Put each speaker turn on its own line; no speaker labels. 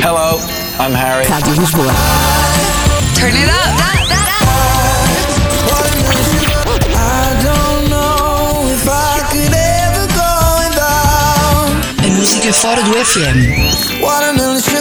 Hello, I'm Harry.
Rádio Lisboa.
Turn it up. That- that-
A música fora do FM.
Watermelon